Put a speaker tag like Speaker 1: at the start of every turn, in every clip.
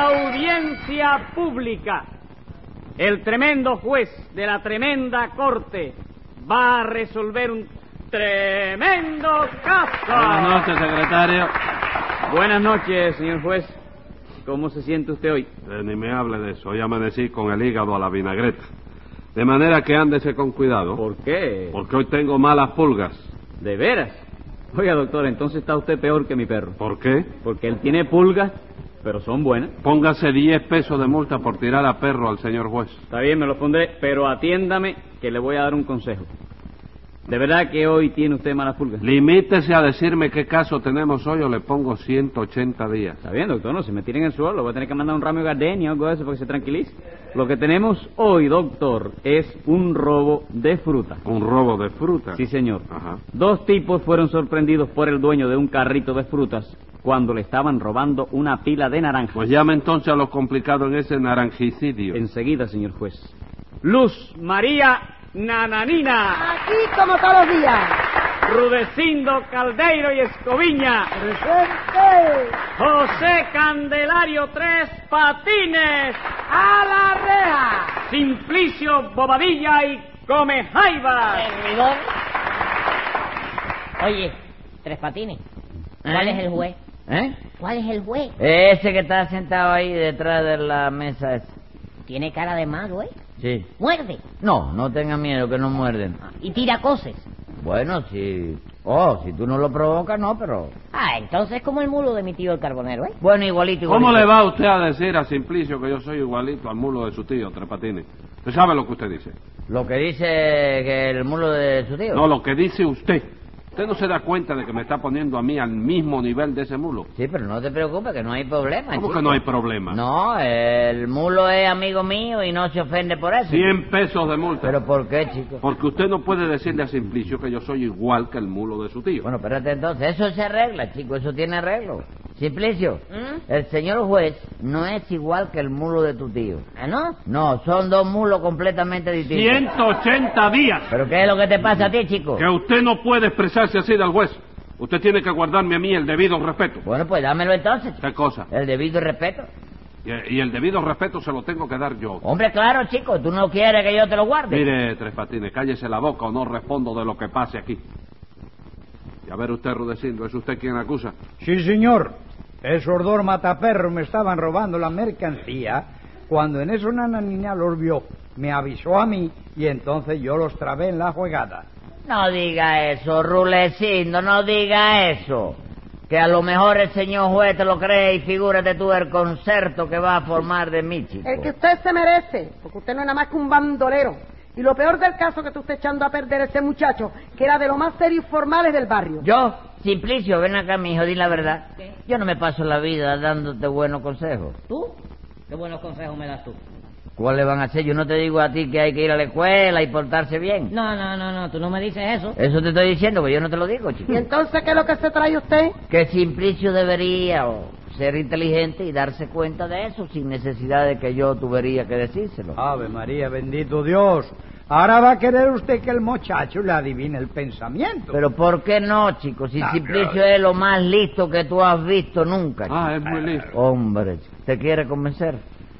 Speaker 1: audiencia pública. El tremendo juez de la tremenda corte va a resolver un tremendo caso.
Speaker 2: Buenas noches, secretario.
Speaker 1: Buenas noches, señor juez. ¿Cómo se siente usted hoy?
Speaker 2: Eh, ni me hable de eso. Hoy amanecí con el hígado a la vinagreta. De manera que ándese con cuidado.
Speaker 1: ¿Por qué?
Speaker 2: Porque hoy tengo malas pulgas.
Speaker 1: ¿De veras? Oiga, doctor, entonces está usted peor que mi perro.
Speaker 2: ¿Por qué?
Speaker 1: Porque él tiene pulgas, pero son buenas.
Speaker 2: Póngase 10 pesos de multa por tirar a perro al señor juez.
Speaker 1: Está bien, me los pondré, pero atiéndame que le voy a dar un consejo. De verdad que hoy tiene usted malas pulgas.
Speaker 2: Limítese a decirme qué caso tenemos hoy o le pongo 180 días.
Speaker 1: Está bien, doctor, no se me tiren en el suelo. Voy a tener que mandar un ramo de gardenia o algo de eso para que se tranquilice. Lo que tenemos hoy, doctor, es un robo de fruta.
Speaker 2: ¿Un robo de fruta?
Speaker 1: Sí, señor.
Speaker 2: Ajá.
Speaker 1: Dos tipos fueron sorprendidos por el dueño de un carrito de frutas cuando le estaban robando una pila de naranjas.
Speaker 2: Pues llame entonces a lo complicado en ese naranjicidio.
Speaker 1: Enseguida, señor juez. Luz María Nananina,
Speaker 3: Aquí como todos los días.
Speaker 1: Rudecindo Caldeiro y Escoviña,
Speaker 3: Presente.
Speaker 1: José Candelario Tres Patines,
Speaker 3: A la reja.
Speaker 1: Simplicio Bobadilla y Come Jaivas.
Speaker 4: Servidor. Oye, Tres Patines, ¿cuál
Speaker 5: ¿Eh?
Speaker 4: es el juez?
Speaker 5: ¿Eh?
Speaker 4: ¿Cuál es el juez?
Speaker 5: Ese que está sentado ahí detrás de la mesa esa.
Speaker 4: Tiene cara de malo, ¿eh?
Speaker 5: Sí.
Speaker 4: Muerde
Speaker 5: No, no tenga miedo que no muerden.
Speaker 4: y tira cosas.
Speaker 5: Bueno, si... Oh, si tú no lo provocas, no, pero...
Speaker 4: Ah, entonces es como el mulo de mi tío el carbonero, ¿eh?
Speaker 5: Bueno, igualito, igualito.
Speaker 2: ¿Cómo le va usted a decir a Simplicio que yo soy igualito al mulo de su tío, Trepatini? ¿Usted sabe lo que usted dice?
Speaker 5: Lo que dice que el mulo de su tío.
Speaker 2: No, lo que dice usted. ¿Usted no se da cuenta de que me está poniendo a mí al mismo nivel de ese mulo?
Speaker 5: Sí, pero no te preocupes, que no hay problema.
Speaker 2: ¿Cómo
Speaker 5: chico.
Speaker 2: que no hay problema?
Speaker 5: No, el mulo es amigo mío y no se ofende por eso.
Speaker 2: 100 pesos de multa.
Speaker 5: ¿Pero por qué, chico?
Speaker 2: Porque usted no puede decirle a Simplicio que yo soy igual que el mulo de su tío.
Speaker 5: Bueno, espérate entonces, eso se arregla, chico, eso tiene arreglo. Simplicio,
Speaker 4: ¿Mm?
Speaker 5: el señor juez no es igual que el mulo de tu tío.
Speaker 4: ¿Ah, no?
Speaker 5: No, son dos mulos completamente distintos.
Speaker 2: 180 días.
Speaker 5: ¿Pero qué es lo que te pasa a ti, chico?
Speaker 2: Que usted no puede expresarse así del juez. Usted tiene que guardarme a mí el debido respeto.
Speaker 5: Bueno, pues dámelo entonces.
Speaker 2: ¿Qué cosa?
Speaker 5: El debido respeto.
Speaker 2: Y y el debido respeto se lo tengo que dar yo.
Speaker 5: Hombre, claro, chico, tú no quieres que yo te lo guarde.
Speaker 2: Mire, Tres Patines, cállese la boca o no respondo de lo que pase aquí. Y a ver usted, Rudecindo, ¿es usted quien acusa?
Speaker 6: Sí, señor. Esos dos mataperros me estaban robando la mercancía. Cuando en eso Nananina los vio, me avisó a mí y entonces yo los trabé en la juegada.
Speaker 5: No diga eso, Rulecindo, no diga eso. Que a lo mejor el señor juez te lo cree y figúrate tú el concerto que va a formar de mí, chico.
Speaker 3: El que usted se merece, porque usted no es nada más que un bandolero. Y lo peor del caso que tú estás echando a perder a ese muchacho, que era de los más serios y formales del barrio.
Speaker 5: Yo, Simplicio, ven acá, mijo, di la verdad. Yo no me paso la vida dándote buenos consejos.
Speaker 4: ¿Tú? Qué buenos consejos me das tú.
Speaker 5: ¿Cuáles van a ser? Yo no te digo a ti que hay que ir a la escuela y portarse bien.
Speaker 4: No, no, no, no, tú no me dices eso.
Speaker 5: Eso te estoy diciendo, que yo no te lo digo, chico.
Speaker 3: ¿Y entonces qué es lo que se trae usted?
Speaker 5: Que Simplicio debería o, ser inteligente y darse cuenta de eso sin necesidad de que yo tuviera que decírselo.
Speaker 6: Ave María, bendito Dios. Ahora va a querer usted que el muchacho le adivine el pensamiento.
Speaker 5: Pero ¿por qué no, chico? Si
Speaker 6: Ah,
Speaker 5: Simplicio
Speaker 6: claro.
Speaker 5: es lo más listo que tú has visto nunca. chico.
Speaker 2: Ah, es muy listo.
Speaker 5: Hombre, ¿te quiere convencer?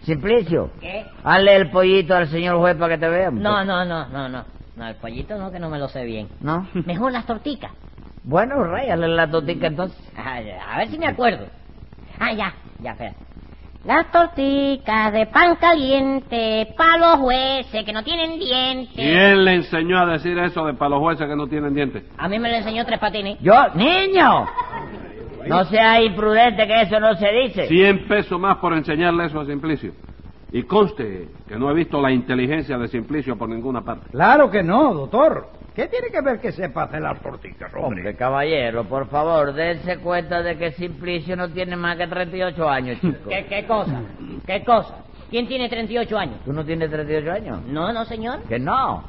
Speaker 5: Simplicio,
Speaker 4: ¿Qué?
Speaker 5: hazle el pollito al señor juez para que te vea.
Speaker 4: No, no, no, no, no. No, el pollito no, que no me lo sé bien.
Speaker 5: ¿No?
Speaker 4: Mejor las torticas.
Speaker 5: Bueno, ráyale la totica entonces.
Speaker 4: Ay, A ver si me acuerdo. Ah, ya, ya, espera. Las torticas de pan caliente para los jueces que no tienen dientes.
Speaker 2: ¿Quién le enseñó a decir eso de para los jueces que no tienen dientes?
Speaker 4: A mí me lo enseñó Tres Patines.
Speaker 5: ¡Yo, niño! No sea imprudente que eso no se dice.
Speaker 2: 100 pesos más por enseñarle eso a Simplicio. Y conste que no he visto la inteligencia de Simplicio por ninguna parte.
Speaker 6: Claro que no, doctor. ¿Qué tiene que ver que sepa hacer las torticas, hombre?
Speaker 5: Hombre, caballero, por favor, dense cuenta de que Simplicio no tiene más que 38 años, chico.
Speaker 4: ¿Qué, qué cosa? ¿Qué cosa? ¿Quién tiene 38 años?
Speaker 5: ¿Tú no tienes 38 años?
Speaker 4: No, no, señor.
Speaker 5: Que no.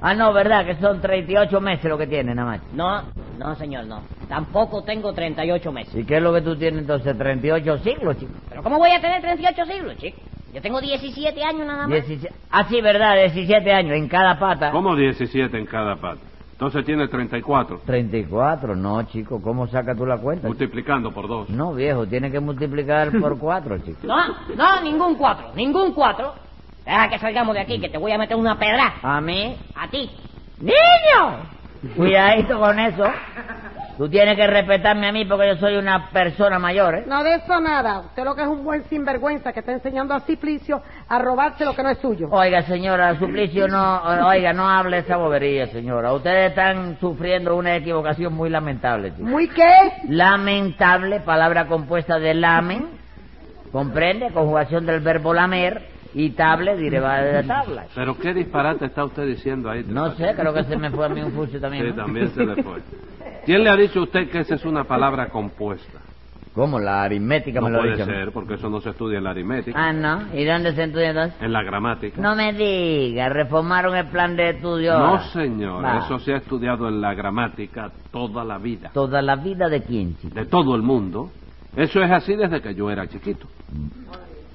Speaker 5: Ah, no, ¿verdad? Que son 38 meses lo que tiene, nada más.
Speaker 4: No, no, señor, no. Tampoco tengo 38 meses.
Speaker 5: ¿Y qué es lo que tú tienes entonces? 38 siglos, chico.
Speaker 4: ¿Pero cómo voy a tener 38 siglos, chico? Yo tengo 17 años nada más.
Speaker 5: Diecisie- Ah, sí, ¿verdad? 17 años en cada pata.
Speaker 2: ¿Cómo 17 en cada parte? Entonces tiene 34.
Speaker 5: 34, no, chico, ¿cómo sacas tú la cuenta?
Speaker 2: Multiplicando por dos.
Speaker 5: No, viejo, tiene que multiplicar por cuatro, chico.
Speaker 4: No, no, ningún cuatro, ningún cuatro. Deja que salgamos de aquí, que te voy a meter una pedra.
Speaker 5: ¿A mí?
Speaker 4: A ti. ¡Niño!
Speaker 5: Cuidadito con eso. Tú tienes que respetarme a mí porque yo soy una persona mayor, ¿eh?
Speaker 3: No de eso nada. Usted lo que es un buen sinvergüenza que está enseñando a Ciplicio a robarse lo que no es suyo.
Speaker 5: Oiga, señora, Suplicio, no, oiga, no hable esa bobería, señora. Ustedes están sufriendo una equivocación muy lamentable, chico.
Speaker 3: ¿Muy qué?
Speaker 5: Lamentable, palabra compuesta de lamen, comprende, conjugación del verbo lamer, y table, derivada de tabla.
Speaker 2: ¿Pero qué disparate está usted diciendo ahí?
Speaker 5: No sé, creo que se me fue a mí un fucio también.
Speaker 2: Sí,
Speaker 5: ¿no?
Speaker 2: también se le fue. ¿Quién le ha dicho a usted que esa es una palabra compuesta?
Speaker 5: ¿Cómo? La aritmética
Speaker 2: No
Speaker 5: me lo
Speaker 2: puede
Speaker 5: dice. a mí.
Speaker 2: ser, porque eso no se estudia en la aritmética,
Speaker 5: Ah, ¿no? ¿Y dónde se estudia entonces?
Speaker 2: en la gramática.
Speaker 5: No me diga, reformaron el plan de estudio.
Speaker 2: No,
Speaker 5: ahora.
Speaker 2: señor,
Speaker 5: Va.
Speaker 2: eso se ha estudiado en la gramática toda la vida,
Speaker 5: ¿Toda la vida de quién, chico?
Speaker 2: de todo el mundo. Eso es así desde que yo era chiquito.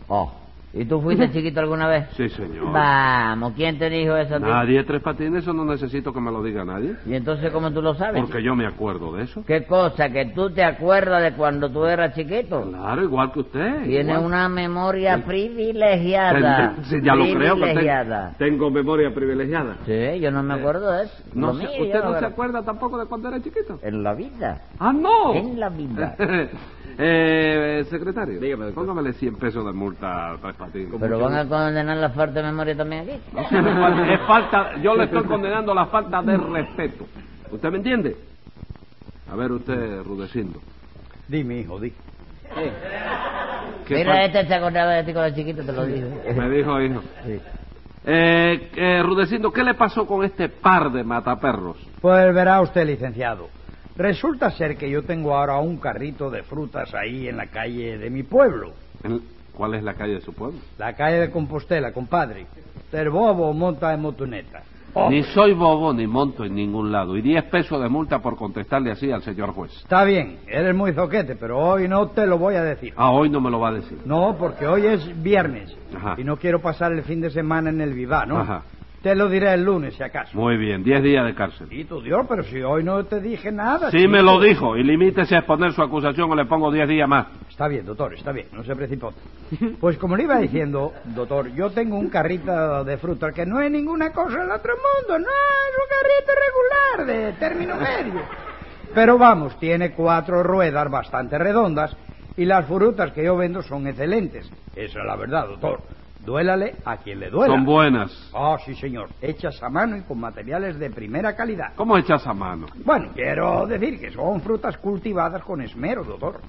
Speaker 5: Oh. ¿Y tú fuiste chiquito alguna vez?
Speaker 2: Sí, señor.
Speaker 5: Vamos, ¿quién te dijo eso? a ti?
Speaker 2: Nadie tres patines, eso no necesito que me lo diga nadie,
Speaker 5: ¿Y entonces cómo tú lo sabes?
Speaker 2: porque yo me acuerdo de eso.
Speaker 5: ¿Qué cosa? ¿Que tú te acuerdas de cuando tú eras chiquito?
Speaker 2: Claro, igual que usted.
Speaker 5: Tiene
Speaker 2: igual.
Speaker 5: una memoria privilegiada.
Speaker 2: Sí, ya lo creo que tengo,
Speaker 5: privilegiada.
Speaker 2: tengo memoria privilegiada.
Speaker 5: Sí, yo no me acuerdo de eso.
Speaker 2: No
Speaker 5: Lo
Speaker 2: sé,
Speaker 5: mío, yo
Speaker 2: ¿Usted
Speaker 5: no
Speaker 2: no se
Speaker 5: creo.
Speaker 2: acuerda tampoco de cuando era chiquito?
Speaker 5: En la vida.
Speaker 2: ¡Ah, no!
Speaker 5: En la vida.
Speaker 2: eh, secretario,
Speaker 1: Dígame, doctor.
Speaker 2: póngamele 100 pesos de multa a Tres Patines.
Speaker 5: Pero van a condenar la falta de memoria también aquí.
Speaker 2: Es falta, yo le estoy condenando la falta de respeto. ¿Usted me entiende? A ver usted, Rudecindo.
Speaker 6: Dime, hijo, di.
Speaker 2: ¿qué
Speaker 5: Mira,
Speaker 2: fal-
Speaker 5: este se acordaba de ti cuando chiquito, te lo dije.
Speaker 2: Me dijo, hijo.
Speaker 5: Sí.
Speaker 2: Eh, eh, Rudecindo, ¿qué le pasó con este par de mataperros?
Speaker 6: Pues verá usted, licenciado. Resulta ser que yo tengo ahora un carrito de frutas ahí en la calle de mi pueblo.
Speaker 2: En- ¿Cuál es la calle de su pueblo?
Speaker 6: La calle de Compostela, compadre. Ser bobo monta en motoneta. Oh,
Speaker 2: Ni soy bobo ni monto en ningún lado. Y 10 pesos de multa por contestarle así al señor juez.
Speaker 6: Está bien, eres muy zoquete, pero hoy no te lo voy a decir.
Speaker 2: Ah, hoy no me lo va a decir.
Speaker 6: No, porque hoy es viernes
Speaker 2: Ajá.
Speaker 6: y no quiero pasar el fin de semana en el vivá, ¿no?
Speaker 2: Ajá.
Speaker 6: Te lo diré el lunes, si acaso.
Speaker 2: Muy bien, 10 días de cárcel.
Speaker 6: Y tu Dios, pero si hoy no te dije nada.
Speaker 2: Sí
Speaker 6: chico.
Speaker 2: me lo dijo. Y limítese a exponer su acusación o le pongo 10 días más.
Speaker 6: Está bien, doctor, está bien, no se precipite. Pues como le iba diciendo, doctor, yo tengo un carrito de fruta que no es ninguna cosa del otro mundo, no es un carrito regular de término medio. Pero vamos, tiene cuatro ruedas bastante redondas y las frutas que yo vendo son excelentes. Esa es la verdad, doctor. Duélale a quien le duela.
Speaker 2: Son buenas.
Speaker 6: Ah, sí, señor. Hechas a mano y con materiales de primera calidad.
Speaker 2: ¿Cómo echas a mano?
Speaker 6: Bueno, quiero decir que son frutas cultivadas con esmero, doctor.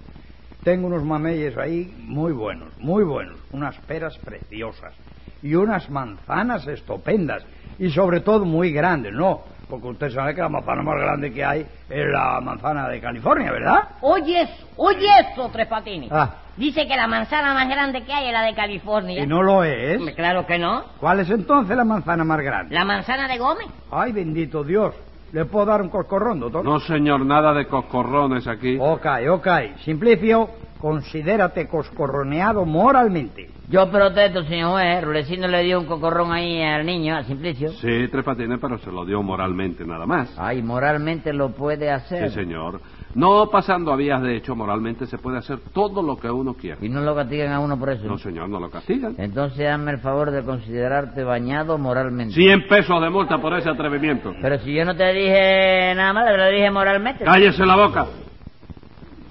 Speaker 6: Tengo unos mameyes ahí muy buenos, muy buenos. Unas peras preciosas y unas manzanas estupendas. Y sobre todo muy grandes, ¿no? Porque usted sabe que la manzana más grande que hay es la manzana de California, ¿verdad?
Speaker 4: Oye eso, oye eso, Tres Patines.
Speaker 6: Ah,
Speaker 4: Dice que la manzana más grande que hay es la de California.
Speaker 6: y no lo es.
Speaker 4: Hombre, Claro que no.
Speaker 6: ¿Cuál es entonces la manzana más grande?
Speaker 4: La manzana de Gómez.
Speaker 6: Ay, bendito Dios. ¿Le puedo dar un coscorrón, doctor?
Speaker 2: No, señor, nada de coscorrones aquí.
Speaker 6: Ok, ok. Simplicio, considérate coscorroneado moralmente.
Speaker 5: Yo protesto, señor juez. Rulecino le dio un cocorrón ahí al niño, a Simplicio.
Speaker 2: Sí, Tres Patines, pero se lo dio moralmente nada más.
Speaker 5: Ay, moralmente lo puede hacer.
Speaker 2: Ah, Sí, señor. No pasando a vías de hecho, moralmente se puede hacer todo lo que uno quiera.
Speaker 5: Y no lo castigan a uno por eso.
Speaker 2: No, señor, no lo castigan.
Speaker 5: Entonces hazme el favor de considerarte bañado moralmente.
Speaker 2: 100 pesos de multa por ese atrevimiento.
Speaker 5: Pero si yo no te dije nada malo, te lo dije moralmente.
Speaker 2: ¡Cállese la boca!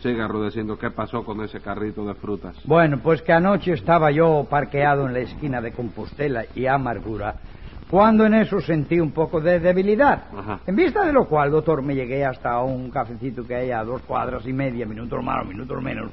Speaker 2: Siga arrudeciendo qué pasó con ese carrito de frutas.
Speaker 6: Bueno, pues que anoche estaba yo parqueado en la esquina de Compostela y Amargura, cuando en eso sentí un poco de debilidad.
Speaker 2: Ajá.
Speaker 6: En vista de lo cual, doctor, me llegué hasta un cafecito que hay a dos cuadras y media, minutos más o minutos menos,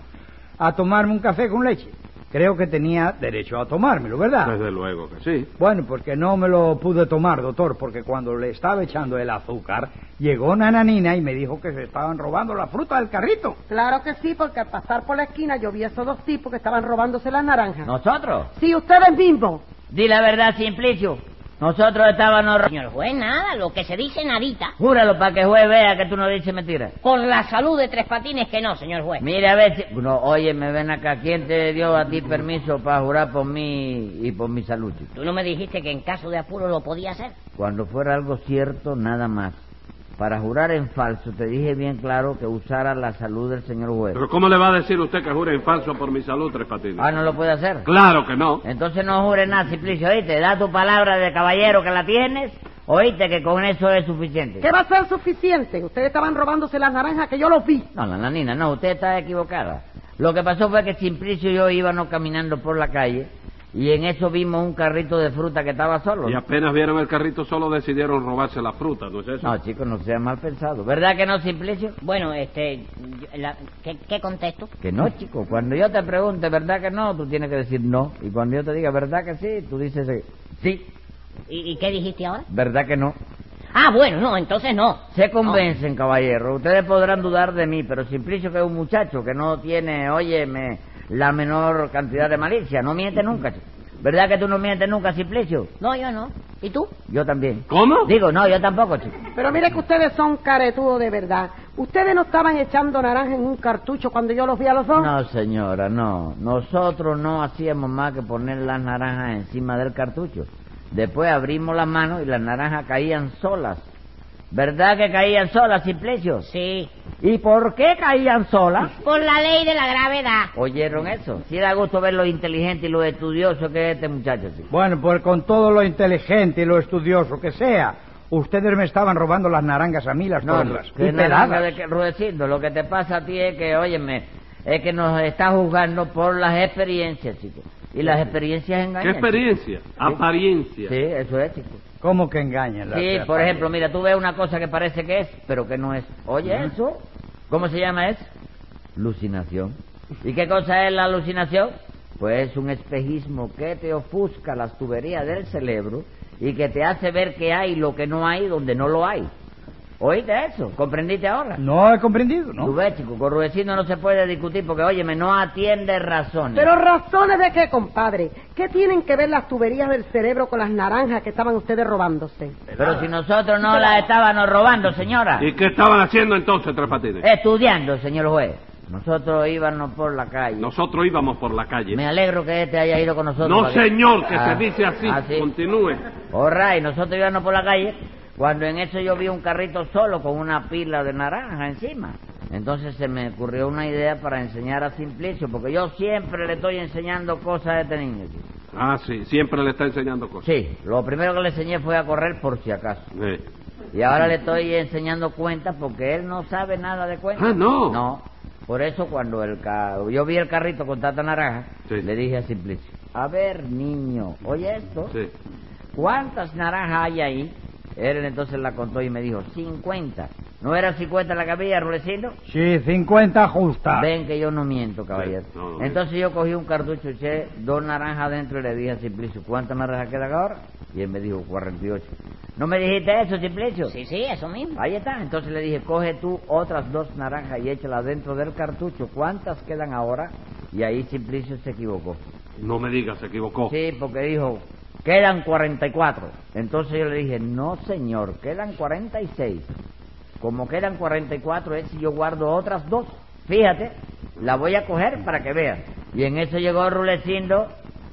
Speaker 6: a tomarme un café con leche. Creo que tenía derecho a tomármelo, ¿verdad?
Speaker 2: Desde luego que Ah. sí.
Speaker 6: Bueno, pues que no me lo pude tomar, doctor, porque cuando le estaba echando el azúcar, llegó Nananina y me dijo que se estaban robando la fruta del carrito.
Speaker 3: Claro que sí, porque al pasar por la esquina yo vi a esos dos tipos que estaban robándose las naranjas.
Speaker 5: ¿Nosotros?
Speaker 3: Sí, ustedes mismos.
Speaker 5: Di la verdad, Simplicio. Nosotros estábamos... ro-
Speaker 4: Señor juez, nada, lo que se dice nadita.
Speaker 5: Júralo para que el juez vea que tú no dices mentiras.
Speaker 4: Con la salud de Tres Patines que no, señor juez.
Speaker 5: Mira, a ver si... No, oye, me ven acá. ¿Quién te dio a ti permiso para jurar por mí y por mi salud? chico?
Speaker 4: Tú no me dijiste que en caso de apuro lo podía hacer.
Speaker 5: Cuando fuera algo cierto, nada más. Para jurar en falso, te dije bien claro que usara la salud del señor juez.
Speaker 2: Pero ¿cómo le va a decir usted que jure en falso por mi salud, Tres Patines?
Speaker 5: Ah, no lo puede hacer.
Speaker 2: Claro que no.
Speaker 5: Entonces no jures nada, Simplicio, oíste. Da tu palabra de caballero que la tienes, oíste que con eso es suficiente.
Speaker 3: ¿Qué va a ser suficiente? Ustedes estaban robándose las naranjas que yo los vi.
Speaker 5: No, la nanina, no, usted está equivocada. Lo que pasó fue que Simplicio y yo íbamos caminando por la calle y en eso vimos un carrito de fruta que estaba solo.
Speaker 2: Y apenas vieron el carrito solo decidieron robarse la fruta, ¿no es eso?
Speaker 5: No, chicos, no sea mal pensado. ¿Verdad que no, Simplicio?
Speaker 4: Bueno, este, yo- la- ¿qué, qué contesto?
Speaker 5: Que no, chico. Cuando yo te pregunte, ¿verdad que no? Tú tienes que decir no. Y cuando yo te diga, ¿verdad que sí? Tú dices, eh, sí,
Speaker 4: ¿Y, y qué dijiste ahora?
Speaker 5: ¿verdad que no?
Speaker 4: Ah, bueno, no, entonces no.
Speaker 5: Se convencen, caballero. Ustedes podrán dudar de mí, pero Simplicio que es un muchacho que no tiene, óyeme, la menor cantidad de malicia. No miente nunca, chico. ¿Verdad que tú no mientes nunca, Simplicio?
Speaker 4: No, yo no. ¿Y tú?
Speaker 5: Yo también.
Speaker 2: ¿Cómo?
Speaker 5: Digo, no, yo tampoco, chico.
Speaker 3: Pero mire que ustedes son caretudos de verdad. Ustedes no estaban echando naranja en un cartucho cuando yo los vi a los dos.
Speaker 5: No, señora, no. Nosotros no hacíamos más que poner las naranjas encima del cartucho. Después abrimos las manos y las naranjas caían solas. ¿Verdad que caían solas, Simplicio?
Speaker 4: Sí.
Speaker 5: ¿Y por qué caían solas?
Speaker 4: Por la ley de la gravedad.
Speaker 5: ¿Oyeron eso? Sí da gusto ver lo inteligente y lo estudioso que es este muchacho. sí.
Speaker 6: Bueno, pues con todo lo inteligente y lo estudioso que sea, ustedes me estaban robando las naranjas a mí, las tortas.
Speaker 5: que
Speaker 6: y
Speaker 5: naranja
Speaker 6: peladas.
Speaker 5: de que- Rudecindo, lo que te pasa a ti es que, óyeme, es que nos estás juzgando por las experiencias, chicos. Y las experiencias engañan.
Speaker 2: ¿Qué
Speaker 5: chico.
Speaker 2: experiencia? Apariencia.
Speaker 5: Sí, eso es, chicos.
Speaker 6: ¿Cómo que engañan? las-
Speaker 5: Sí,
Speaker 6: las
Speaker 5: por
Speaker 6: familias?
Speaker 5: ejemplo, mira, tú ves una cosa que parece que es, pero que no es. Oye, eso, ¿cómo se llama eso? Alucinación. ¿Y qué cosa es la alucinación? Pues es un espejismo que te ofusca las tuberías del cerebro y que te hace ver que hay lo que no hay donde no lo hay. ¿Oíste eso? ¿Comprendiste ahora?
Speaker 6: No he comprendido,
Speaker 5: Tú
Speaker 6: ¿no?
Speaker 5: ves, chico, con Rudecindo no se puede discutir porque, óyeme, no atiende razones.
Speaker 3: Pero razones de qué, compadre. ¿Qué tienen que ver las tuberías del cerebro con las naranjas que estaban ustedes robándose?
Speaker 5: Pero si nosotros no la estábamos robando, señora.
Speaker 2: ¿Y qué estaban haciendo entonces, Tres Patines?
Speaker 5: Eh. Estudiando, señor juez. Nosotros íbamos por la calle.
Speaker 2: Nosotros íbamos por la calle.
Speaker 5: Me alegro que este haya ido con nosotros.
Speaker 2: No,
Speaker 5: para
Speaker 2: señor, que
Speaker 5: Ah,
Speaker 2: se dice así.
Speaker 5: ah, sí.
Speaker 2: Continúe.
Speaker 5: All right, nosotros íbamos por la calle cuando en eso yo vi un carrito solo con una pila de naranja encima. Entonces se me ocurrió una idea para enseñar a Simplicio, porque yo siempre le estoy enseñando cosas a este niño. chico.
Speaker 2: Ah, sí, siempre le está enseñando cosas.
Speaker 5: Sí, lo primero que le enseñé fue a correr por si acaso.
Speaker 2: Eh,
Speaker 5: Y ahora le estoy enseñando cuentas porque él no sabe nada de cuentas.
Speaker 2: Ah, no.
Speaker 5: No. Por eso cuando el ca- yo vi el carrito con tanta naranja,
Speaker 2: Sí.
Speaker 5: le dije a Simplicio, a ver, niño, oye esto,
Speaker 2: sí.
Speaker 5: ¿cuántas naranjas hay ahí? Él entonces la contó y me dijo, 50. ¿No era 50 la que había, Rulecindo?
Speaker 6: Sí, 50 justas.
Speaker 5: Ven que yo no miento, caballero.
Speaker 2: Ah. Sí, no, no
Speaker 5: Entonces yo cogí un cartucho, eché dos naranjas adentro y le dije a Simplicio, ¿cuántas naranjas quedan ahora? Y él me dijo, 48. ¿No me dijiste eso, Simplicio?
Speaker 4: Sí, sí, eso mismo.
Speaker 5: Ahí está. Entonces le dije, coge tú otras dos naranjas y échalas dentro del cartucho. ¿Cuántas quedan ahora? Y ahí Simplicio se equivocó.
Speaker 2: No me diga, se equivocó.
Speaker 5: Sí, porque dijo, quedan 44. Entonces yo le dije, no señor, quedan 46. Como quedan 44 es si yo guardo otras dos. Fíjate, la voy a coger para que veas. Y en eso llegó Rulecindo,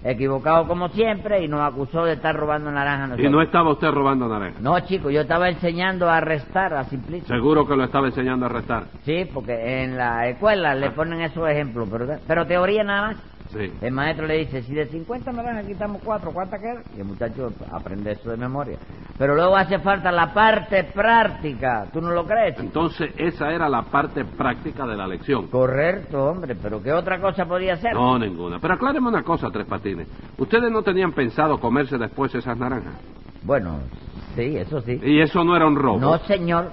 Speaker 5: equivocado como siempre, y nos acusó de estar robando naranjas. a
Speaker 2: Y
Speaker 5: nosotros.
Speaker 2: no estaba usted robando naranja.
Speaker 5: No, chico, yo estaba enseñando a restar a Simplicio.
Speaker 2: Seguro que lo estaba enseñando a restar.
Speaker 5: Sí, porque en la escuela le ponen esos ejemplos, ¿verdad? Pero teoría nada más.
Speaker 2: Sí.
Speaker 5: El maestro le dice, si de 50 naranjas quitamos 4, ¿cuántas quedan? Y el muchacho aprende eso de memoria. Pero luego hace falta la parte práctica. ¿Tú no lo crees? chico?
Speaker 2: Entonces, esa era la parte práctica de la lección.
Speaker 5: Correcto, hombre, pero ¿qué otra cosa podía ser?
Speaker 2: No, ninguna. Pero acláreme una cosa, Tres Patines. ¿Ustedes no tenían pensado comerse después esas naranjas?
Speaker 5: Bueno, sí, eso sí.
Speaker 2: Y eso no era un robo.
Speaker 5: No, señor.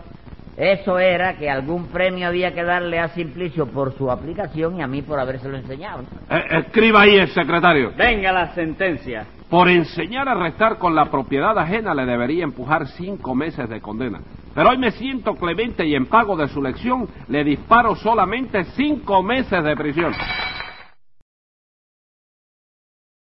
Speaker 5: Eso era que algún premio había que darle a Simplicio por su aplicación y a mí por habérselo enseñado.
Speaker 2: Eh, escriba ahí el secretario.
Speaker 1: Venga la sentencia.
Speaker 2: Por enseñar a restar con la propiedad ajena le debería empujar cinco meses de condena. Pero hoy me siento clemente y en pago de su lección le disparo solamente cinco meses de prisión.